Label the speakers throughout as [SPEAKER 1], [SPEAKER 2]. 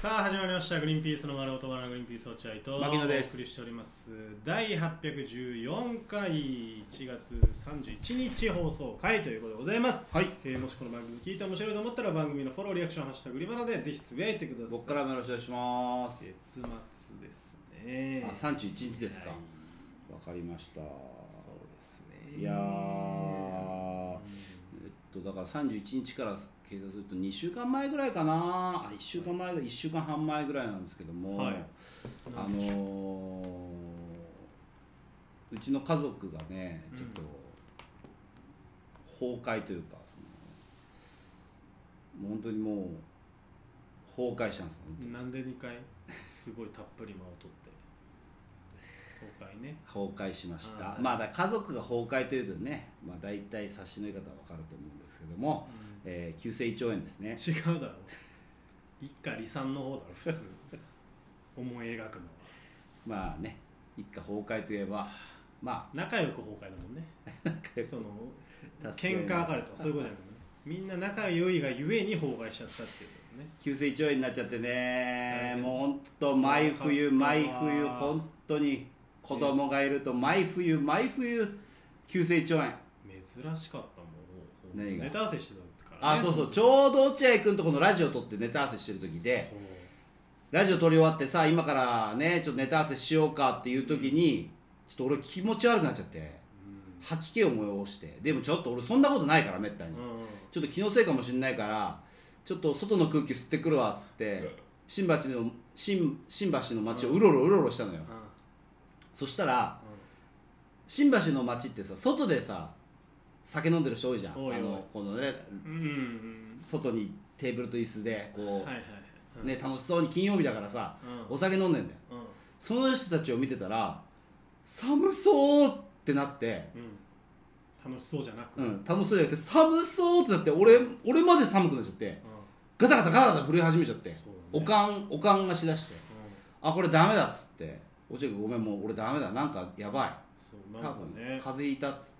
[SPEAKER 1] さあ始まりました「グリーンピースの丸音バナナグリーンピース落合」と
[SPEAKER 2] 牧野です
[SPEAKER 1] お送りしております第814回1月31日放送回ということでございます、
[SPEAKER 2] はい
[SPEAKER 1] えーもしこの番組聞いて面白いと思ったら番組のフォローリアクション「ハッシュタググリバナ」でぜひつぶやいてください
[SPEAKER 2] 僕からもよろしくお願いします
[SPEAKER 1] 月末ですね
[SPEAKER 2] あ三十一日ですか
[SPEAKER 1] はい
[SPEAKER 2] わかりました
[SPEAKER 1] そうですね
[SPEAKER 2] いやーえっとだから31日から計算すると2週間前ぐらいかなあ1週間前ぐらい1週間半前ぐらいなんですけども、
[SPEAKER 1] はい
[SPEAKER 2] あのーうちの家族がねちょっと崩壊というかそのもう本当にもう崩壊したんですよ本当に
[SPEAKER 1] なんで2回すごいたっぷり間を取って今回ね
[SPEAKER 2] 崩壊しました
[SPEAKER 1] あー
[SPEAKER 2] まあだから家族が崩壊というとね、まあ、大体察しの言い方は分かると思うんですけども、えー急性胃腸炎ですね
[SPEAKER 1] 違うだろ一家離散の方だろ普通思い描くのは
[SPEAKER 2] まあね一家崩壊といえばま
[SPEAKER 1] 仲良く崩壊だもんねその
[SPEAKER 2] あ
[SPEAKER 1] 喧嘩別れとかそういうことじゃなくねみんな仲良いがゆえに崩壊しちゃったっていうことね
[SPEAKER 2] 急性胃腸炎になっちゃってね
[SPEAKER 1] 大変
[SPEAKER 2] もう本当毎冬
[SPEAKER 1] 怖かった
[SPEAKER 2] 毎冬本当に子供がいると毎冬毎冬急性胃腸炎
[SPEAKER 1] 珍しかったもん
[SPEAKER 2] 何が
[SPEAKER 1] ネタ合わせしてたから、
[SPEAKER 2] あそうそうちょうど落合君とこのラジオ撮ってネタ合わせしてる時で
[SPEAKER 1] そう
[SPEAKER 2] ラジオ撮り終わってさ今からねちょっとネタ合わせしようかっていう時にちょっと俺気持ち悪くなっちゃって
[SPEAKER 1] うん
[SPEAKER 2] 吐き気を催してでもちょっと俺そんなことないからめったに
[SPEAKER 1] うん
[SPEAKER 2] ちょっと気のせいかもしれないからちょっと外の空気吸ってくるわっつって新橋の新新橋の街をうろうろうろうろしたのよ、
[SPEAKER 1] うん
[SPEAKER 2] そしたら新橋の街ってさ外でさ酒飲んでる人多いじゃん
[SPEAKER 1] 多い多い
[SPEAKER 2] あのこのね
[SPEAKER 1] うんうん
[SPEAKER 2] 外にテーブルと椅子で
[SPEAKER 1] うん
[SPEAKER 2] こう、
[SPEAKER 1] はいはいはいうん
[SPEAKER 2] ね、楽しそうに金曜日だからさ、
[SPEAKER 1] うん
[SPEAKER 2] お酒飲んでんだよ
[SPEAKER 1] うん
[SPEAKER 2] その人たちを見てたら寒そうってなって、
[SPEAKER 1] うん楽しそうじゃなく
[SPEAKER 2] う
[SPEAKER 1] うん
[SPEAKER 2] ん、楽しそうじゃなくて寒そうってなって俺俺まで寒くなっちゃって、ガタガタガタガタ震え始めちゃって、
[SPEAKER 1] そうだ
[SPEAKER 2] お
[SPEAKER 1] ね
[SPEAKER 2] かんおかんがしだしてあこれダメだっつって「落合君ごめんもう俺ダメだなんかやばい
[SPEAKER 1] そう
[SPEAKER 2] 多
[SPEAKER 1] なんか
[SPEAKER 2] 分、
[SPEAKER 1] ね
[SPEAKER 2] 風邪ひいた」っつ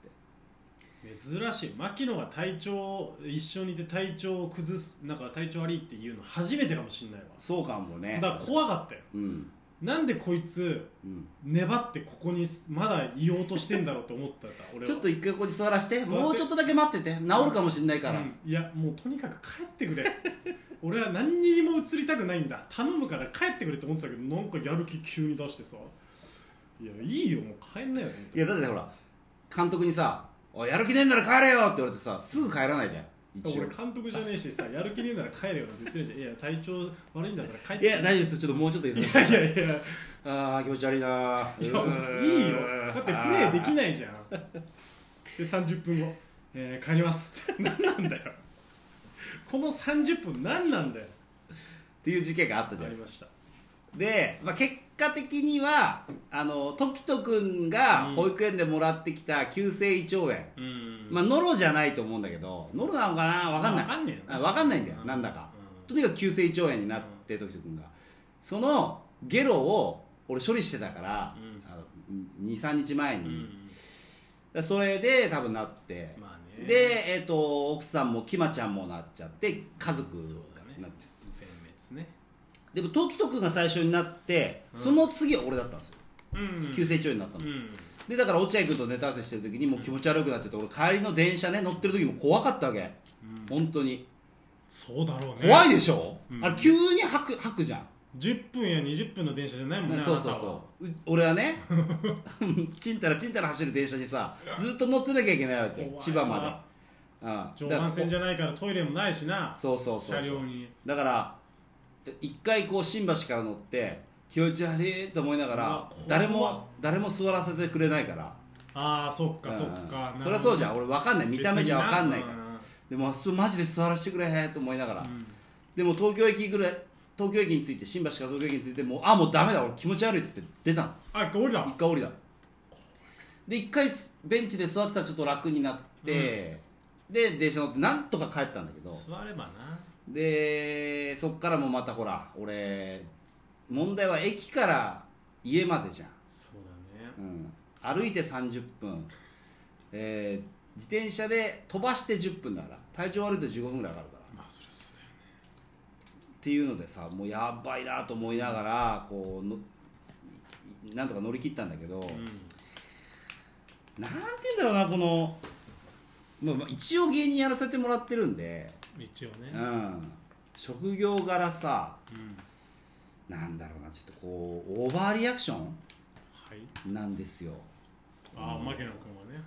[SPEAKER 2] って
[SPEAKER 1] 珍しい牧野が体調一緒にいて体調を崩すなんか体調悪いっていうの初めてかもしれないわ
[SPEAKER 2] そうかもね
[SPEAKER 1] だから怖かったよ
[SPEAKER 2] うん
[SPEAKER 1] なんでこいつ
[SPEAKER 2] うん、
[SPEAKER 1] 粘ってここにまだいようとしてんだろうと思ったんだ俺は
[SPEAKER 2] ちょっと一回ここに座らせて
[SPEAKER 1] 座って
[SPEAKER 2] もうちょっとだけ待ってて治るかもしれないから、
[SPEAKER 1] うんいやもうとにかく帰ってくれ 俺は何にも移りたくないんだ頼むから帰ってくれって思ってたけどなんかやる気急に出してさいやいいよもう帰んなよと思って
[SPEAKER 2] いやだってほら監督にさ「おいやる気ねえんなら帰れよ」って言われてさすぐ帰らないじゃん一応
[SPEAKER 1] 俺監督じゃねえしさやる気ねえなら帰れよって言ってるじゃんいや体調悪いんだから帰っ
[SPEAKER 2] い
[SPEAKER 1] て
[SPEAKER 2] や大丈夫ですよちょっともうちょっと
[SPEAKER 1] い
[SPEAKER 2] 忙し
[SPEAKER 1] やいやいやいや
[SPEAKER 2] あー気持ち悪いなー
[SPEAKER 1] いや
[SPEAKER 2] うーん
[SPEAKER 1] いいよだってプレーできないじゃんで30分後、えー帰ります何なんだよこの30分何なんだよ
[SPEAKER 2] っていう事件があったじゃ
[SPEAKER 1] あ
[SPEAKER 2] ない
[SPEAKER 1] り
[SPEAKER 2] ですか
[SPEAKER 1] ました
[SPEAKER 2] で、まあ、結果的にはあの時人君が
[SPEAKER 1] うん
[SPEAKER 2] 保育園でもらってきた急性胃腸炎、
[SPEAKER 1] うん
[SPEAKER 2] まあ、ノロじゃないと思うんだけどノロなのかなわかんない
[SPEAKER 1] わかんねえよ
[SPEAKER 2] あわかんないんだよ
[SPEAKER 1] うん
[SPEAKER 2] なんだか
[SPEAKER 1] うん
[SPEAKER 2] とにかく急性胃腸炎になって時人君がそのゲロを俺処理してたから、
[SPEAKER 1] うん
[SPEAKER 2] あの23日前に、
[SPEAKER 1] う
[SPEAKER 2] だ
[SPEAKER 1] ん
[SPEAKER 2] からそれで多分なって、
[SPEAKER 1] まあね
[SPEAKER 2] で、えっと奥さんもきまちゃんもなっちゃって家族が
[SPEAKER 1] そうだね
[SPEAKER 2] なっちゃって。
[SPEAKER 1] 全滅ね
[SPEAKER 2] でも時人君が最初になって、その次は俺だったんですよ
[SPEAKER 1] うん
[SPEAKER 2] 急性腸炎になったの、
[SPEAKER 1] うん
[SPEAKER 2] でだから落合君とネタ合わせしてる時にもう気持ち悪くなっちゃって俺帰りの電車ね乗ってる時も怖かったわけ、本当に
[SPEAKER 1] そうだろうね
[SPEAKER 2] 怖い
[SPEAKER 1] い
[SPEAKER 2] でしょ、
[SPEAKER 1] うん
[SPEAKER 2] あれ急に吐く吐くじゃん、
[SPEAKER 1] 10分や20分の電車じゃないもんね
[SPEAKER 2] そうそうそうう俺 はね ちんたらちんたら走る電車にさずっと乗ってなきゃいけないわけ
[SPEAKER 1] 怖いな
[SPEAKER 2] 千葉まで、うん、
[SPEAKER 1] あなたは常磐線じ
[SPEAKER 2] ゃ
[SPEAKER 1] ゃないからトイレもないしな
[SPEAKER 2] そうそうそ
[SPEAKER 1] 車
[SPEAKER 2] う
[SPEAKER 1] 両に
[SPEAKER 2] だから一回こう新橋から乗って気持ち悪いと思いなが
[SPEAKER 1] う
[SPEAKER 2] ら
[SPEAKER 1] わ怖っ
[SPEAKER 2] 誰も誰も座らせてくれないから
[SPEAKER 1] ああそっかそっか
[SPEAKER 2] うんそりゃそうじゃん俺わかんない見た目じゃわかんないから
[SPEAKER 1] ら
[SPEAKER 2] でもすマジで座らせてくれへんと思いながら、でも東京駅ぐらい東京駅に着いて新橋から東京駅に着いてもうあもうダメだ俺気持ち悪いっつって出たの
[SPEAKER 1] あゴリラ
[SPEAKER 2] 一回降りたで一回すベンチで座ってたらちょっと楽になって、で電車乗ってなんとか帰ったんだけど
[SPEAKER 1] 座ればな
[SPEAKER 2] でそっからもまたほら俺問題は駅から家までじゃん、
[SPEAKER 1] そうだね
[SPEAKER 2] うん、歩いて30分、えー自転車で飛ばして10分だから体調悪いと15分ぐらいかかるから
[SPEAKER 1] まあそりゃそうだよね
[SPEAKER 2] っていうのでさもうやばいなと思いながらこうのいなんとか乗り切ったんだけど、なんて言うんだろうなこの、まあまあ、一応芸人やらせてもらってるんで、
[SPEAKER 1] 一応
[SPEAKER 2] う
[SPEAKER 1] ね
[SPEAKER 2] ん、職業柄さ
[SPEAKER 1] うん
[SPEAKER 2] なんだろうなちょっとこうオーバーリアクショ
[SPEAKER 1] はい
[SPEAKER 2] ンなんですよ
[SPEAKER 1] ああ牧野君はね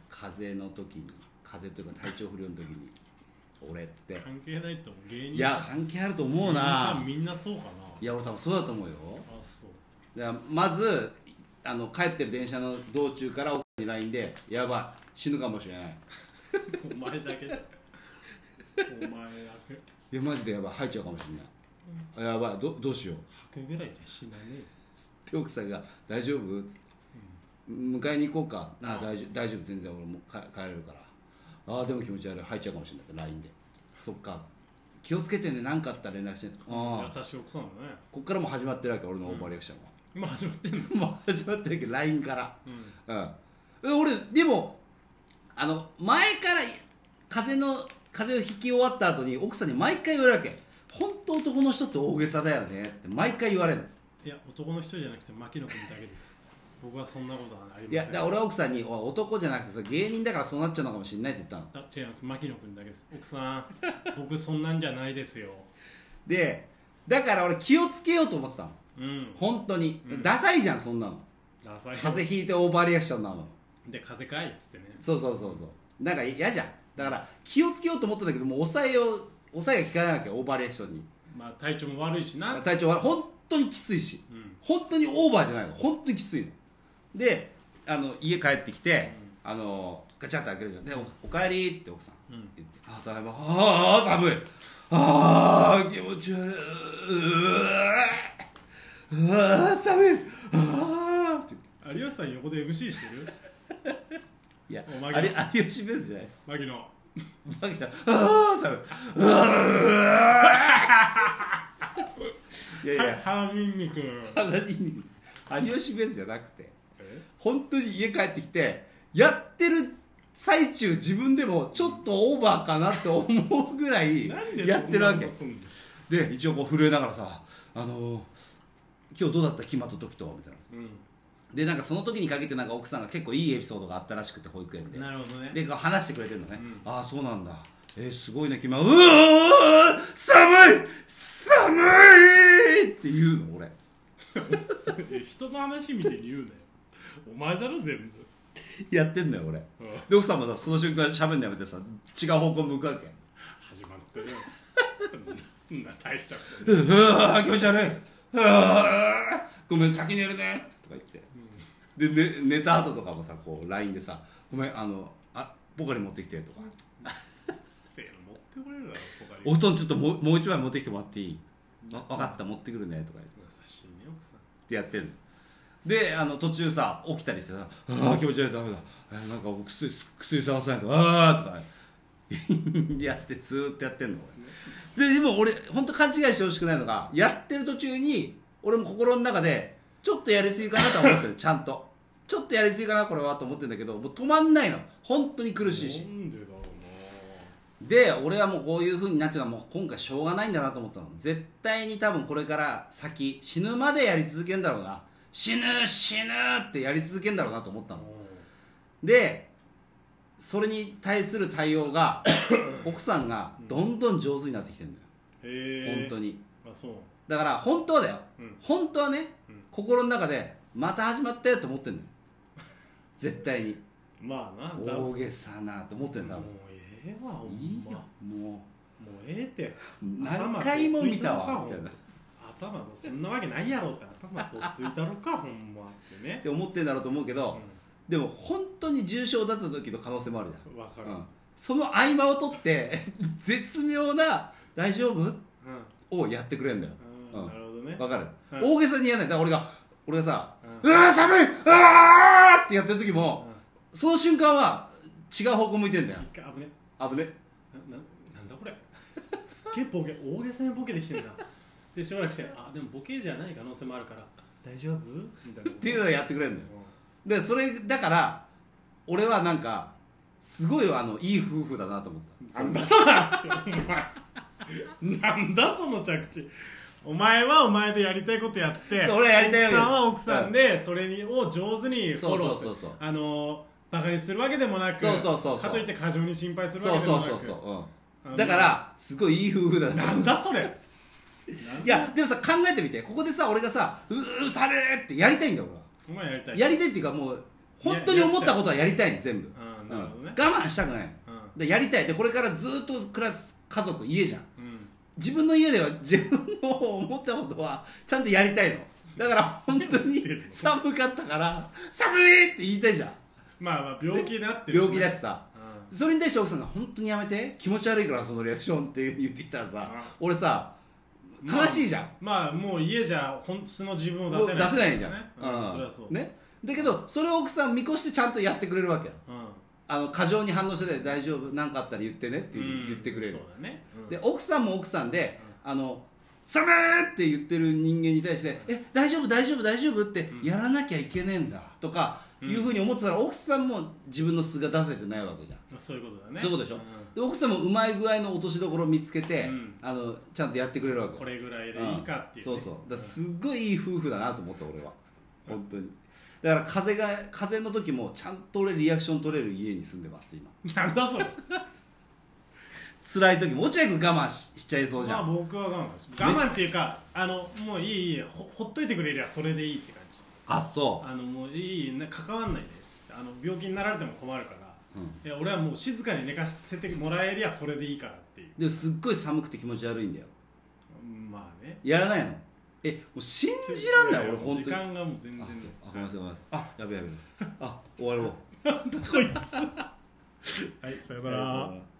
[SPEAKER 2] 風邪の時に風邪というか体調不良の時に俺って
[SPEAKER 1] 関係ないと思う芸人
[SPEAKER 2] いや関係あると思
[SPEAKER 1] さ
[SPEAKER 2] うなん
[SPEAKER 1] みんなそうかない
[SPEAKER 2] や俺多分そうだと思うよ
[SPEAKER 1] あ そう
[SPEAKER 2] だからまずあの帰ってる電車の道中から奥さんに LINE で「やばい死ぬかもしれない」
[SPEAKER 1] お前だけだお前だけ
[SPEAKER 2] 「いやマジでやばい入っちゃうかもしれない」あ「やばいどどうしよう」
[SPEAKER 1] 吐くぐらいじゃ死なねえよ
[SPEAKER 2] で奥さんが「大丈夫?」迎えに行こうか」あ大丈夫大丈夫全然俺もうか帰れるから」ああでも気持ち悪い入っちゃうかもしれない」って LINE で「そっか気をつけてね何かあったら連絡して」ああ
[SPEAKER 1] 優しい奥さんだね
[SPEAKER 2] こっからもう始まってるわけ俺のオーバーリアクションは、
[SPEAKER 1] 今始まってんの
[SPEAKER 2] もう始まってるけど LINE から
[SPEAKER 1] うん
[SPEAKER 2] うんえ俺でもあの前から風の風邪を引き終わった後に奥さんに毎回言われるわけ本当男の人って大げさだよねって毎回言われるの
[SPEAKER 1] いや男の人じゃなくて牧野君だけです僕はそんなことはありません
[SPEAKER 2] いやだから俺は奥さんにおい男じゃなくてそれ芸人だからそうなっちゃうのかもしれないって言ったの
[SPEAKER 1] あ違います牧野君だけです奥さん僕そんなんじゃないですよ
[SPEAKER 2] でだから俺気をつけようと思ってたの
[SPEAKER 1] うん
[SPEAKER 2] 本当に、
[SPEAKER 1] うん
[SPEAKER 2] ダサいじゃんそんなの
[SPEAKER 1] ダサい
[SPEAKER 2] 風邪ひいてオーバーリアクションなの
[SPEAKER 1] で風かいっつってね
[SPEAKER 2] そうそうそうそうなんか嫌じゃんだから気をつけようと思ったんだけどもう抑えよう抑えが効かないわけオーバーリアクションに
[SPEAKER 1] まあ体調も悪いしな
[SPEAKER 2] 体調は本当にきついし
[SPEAKER 1] うん
[SPEAKER 2] 本当にオーバーじゃないの本当にきついのであの家帰ってきて、あのガチャッと開けるじゃんで「おかえり」って奥さん
[SPEAKER 1] うん
[SPEAKER 2] 言って「あただいまああ寒いああ気持ち悪いうわあ寒いああ」って言って
[SPEAKER 1] 有吉さん横で MC して る
[SPEAKER 2] いや
[SPEAKER 1] おまけ
[SPEAKER 2] あれ有吉ベースじゃないです
[SPEAKER 1] 牧野
[SPEAKER 2] だけどああ寒 いうわあいやい
[SPEAKER 1] は
[SPEAKER 2] や
[SPEAKER 1] 歯ニンニク
[SPEAKER 2] 鼻に有吉ベースじゃなくて
[SPEAKER 1] え
[SPEAKER 2] 本当に家帰ってきてやってる最中自分でもちょっとオーバーかなって思うぐらい
[SPEAKER 1] なんで
[SPEAKER 2] やってるわけ
[SPEAKER 1] そんなことす
[SPEAKER 2] で一応こう震えながらさ「あのー今日どうだったキマと時と」みたいなん
[SPEAKER 1] の
[SPEAKER 2] でなんかその時に限ってなんか奥さんが結構いいエピソードがあったらしくて保育園
[SPEAKER 1] う
[SPEAKER 2] で
[SPEAKER 1] んなるほどね
[SPEAKER 2] でこう話してくれてるのね、
[SPEAKER 1] うん
[SPEAKER 2] ああそうなんだえー、すごいねキマうわー寒い寒いって言うの俺
[SPEAKER 1] 人の話見て言 うなよお前だろ全
[SPEAKER 2] やってんのよ俺
[SPEAKER 1] 部うん
[SPEAKER 2] で奥さんもさその瞬間喋んのやめてさ違う方向向くわけ
[SPEAKER 1] 始まってる そんな大したこと
[SPEAKER 2] うわ気持ち悪いうわごめん先寝るねとか言ってで、ね、寝た後とかもさこう LINE でさ「ごめんあのあポカリ持ってきて」とか
[SPEAKER 1] せーの持ってこれるだろ他
[SPEAKER 2] 「
[SPEAKER 1] に
[SPEAKER 2] お布団ちょっともうもう一枚持ってきてもらっていい?」「わ分かった持ってくるね」とか言っ
[SPEAKER 1] 優しいね奥さん
[SPEAKER 2] てやってるのであの途中さ起きたりしてさ「ああ気持ち悪いダメだあーなんか僕薬薬探さないとああ」とか やってずーっとやってんの俺。ででも俺本当勘違いしてほしくないのがやってる途中に俺も心の中でちょっとやりすぎかなとは思ってるちゃんとちょっとやりすぎかなこれはと思ってるんだけどもう止まんないの本当に苦しいし
[SPEAKER 1] なんでだろう
[SPEAKER 2] で俺はもうこういう風になっちゃうのはもう今回しょうがないんだなと思ったの絶対に多分これから先死ぬまでやり続けるんだろうな死ぬ死ぬってやり続けるんだろうなと思った
[SPEAKER 1] な
[SPEAKER 2] のでそれに対する対 応が奥さんがどんどん上手になってきてるんだよ、
[SPEAKER 1] へえ
[SPEAKER 2] 本当に
[SPEAKER 1] あそう
[SPEAKER 2] だから本当はだよ、
[SPEAKER 1] うん
[SPEAKER 2] 本当はね、
[SPEAKER 1] うん
[SPEAKER 2] 心の中でまた始まったよと思ってんのよ絶対に
[SPEAKER 1] まあなだもう
[SPEAKER 2] 大げさなと思ってんだ多分、
[SPEAKER 1] ええわほんま
[SPEAKER 2] いいよも
[SPEAKER 1] もうええって
[SPEAKER 2] う何回も見たわ
[SPEAKER 1] 頭
[SPEAKER 2] み
[SPEAKER 1] どつ
[SPEAKER 2] たい
[SPEAKER 1] いた
[SPEAKER 2] なっ
[SPEAKER 1] 頭どそんなわけないやろって頭どついたろ かほんまってね
[SPEAKER 2] て思ってんだろうと思うけど、
[SPEAKER 1] う
[SPEAKER 2] でも本当に重症だった時の可能性もあるじ
[SPEAKER 1] んわか
[SPEAKER 2] ゃ
[SPEAKER 1] る
[SPEAKER 2] ん、うんその合間を取って 絶妙な「大丈夫?
[SPEAKER 1] うん」
[SPEAKER 2] をやってくれるんだよ
[SPEAKER 1] うん
[SPEAKER 2] うん
[SPEAKER 1] なるほどね
[SPEAKER 2] わかる、
[SPEAKER 1] はい
[SPEAKER 2] 大げさにやらないだから俺が俺がさ
[SPEAKER 1] うん
[SPEAKER 2] 「うわー寒いうわー!」ってやってる時も、
[SPEAKER 1] う
[SPEAKER 2] その瞬間は違う方向向いてんだよ
[SPEAKER 1] ん一回危ね
[SPEAKER 2] 危ね
[SPEAKER 1] なななんだこれすっげえボケ大げさにボケできてるなでしばらくしてあでもボケじゃない可能性もあるから大丈夫みたいなっ
[SPEAKER 2] っていうのをやってくれるんだよでそれだから俺はなんかすごいあのいい夫婦だなと思った
[SPEAKER 1] なんだその話お前なんだその着地お前はお前でやりたいことやって
[SPEAKER 2] そう俺はやりたいよ
[SPEAKER 1] 奥さんは奥さんで、それにを上手にフォローする
[SPEAKER 2] そうそうそうそう
[SPEAKER 1] あのバカにするわけでもなく
[SPEAKER 2] そうそうそうそう
[SPEAKER 1] かといって過剰に心配するわ
[SPEAKER 2] そう
[SPEAKER 1] けでも
[SPEAKER 2] そう
[SPEAKER 1] なく
[SPEAKER 2] そうそう、
[SPEAKER 1] あ
[SPEAKER 2] う
[SPEAKER 1] の
[SPEAKER 2] ん、だからすごいいい夫婦だな
[SPEAKER 1] なんだそれ
[SPEAKER 2] いやでもさ考えてみてここでさ俺がさ「うーうさる!」ってやりたいんだよ俺は
[SPEAKER 1] お前やりたい
[SPEAKER 2] やりたいっていうかもう本当に思ったことはやりたいの全部、
[SPEAKER 1] あー
[SPEAKER 2] う
[SPEAKER 1] なんるほどね
[SPEAKER 2] 我慢したくないの
[SPEAKER 1] うん
[SPEAKER 2] でやりたいでこれからずっと暮らす家族家じゃん
[SPEAKER 1] うん
[SPEAKER 2] 自分の家では自分の思ったことはちゃんとやりたいのだから本当 に寒かったから寒いって言いたいじゃん
[SPEAKER 1] まあまあ病気になってるしね
[SPEAKER 2] 病気だしさ
[SPEAKER 1] う
[SPEAKER 2] それに対して奥さんが本当にやめて気持ち悪いからそのリアクションって言ってきたらさ俺さ悲しいじゃん、
[SPEAKER 1] んまあもう家じゃ本質の自分を出せない
[SPEAKER 2] 出せないじゃん、
[SPEAKER 1] ね
[SPEAKER 2] うん
[SPEAKER 1] うんそれはそう
[SPEAKER 2] ねだけどそれを奥さん見越してちゃんとやってくれるわけよ
[SPEAKER 1] うん
[SPEAKER 2] あの過剰に反応してて大丈夫何かあったら言ってねっていう
[SPEAKER 1] うん
[SPEAKER 2] 言ってくれる、
[SPEAKER 1] そうだねうん
[SPEAKER 2] で奥さんも奥さんで「あの寒ー!」って言ってる人間に対して「え大丈夫大丈夫大丈夫」ってやらなきゃいけねえんだとかいうふうに思ってたら奥さんも自分の素が出せてないわけじゃん
[SPEAKER 1] そういうことだね
[SPEAKER 2] そういうことでしょ、
[SPEAKER 1] ん
[SPEAKER 2] で奥さんもうまい具合の落としどころを見つけて、
[SPEAKER 1] うん
[SPEAKER 2] あのちゃんとやってくれるわけ
[SPEAKER 1] これぐらいでいいかっていうね
[SPEAKER 2] んそうそうだからすっごいいい夫婦だなと思った俺は本当にだから風が風の時もちゃんと俺リアクション取れる家に住んでます今
[SPEAKER 1] なんだそれ
[SPEAKER 2] 辛い時も落合君我慢ししちゃいそうじゃん、
[SPEAKER 1] まあ僕は我慢し我慢っていうかあのもういいいいほほっといてくれりゃそれでいいって感じ
[SPEAKER 2] あそ
[SPEAKER 1] あのもういいな関わんないでっつってあの病気になられても困るから、
[SPEAKER 2] うん
[SPEAKER 1] いや俺はもう静かに寝かせてもらえりゃそれでいいからっていう
[SPEAKER 2] うでもすっごい寒くて気持ち悪いんだよ
[SPEAKER 1] まあね
[SPEAKER 2] やらないのえもう信じらんない俺
[SPEAKER 1] もう
[SPEAKER 2] 本当
[SPEAKER 1] 時
[SPEAKER 2] にあ
[SPEAKER 1] 間がもう全然
[SPEAKER 2] そうあごめんなさいごめんなさいあやべやべやべあ終わろう
[SPEAKER 1] なんだこいつ はいさよなら
[SPEAKER 2] い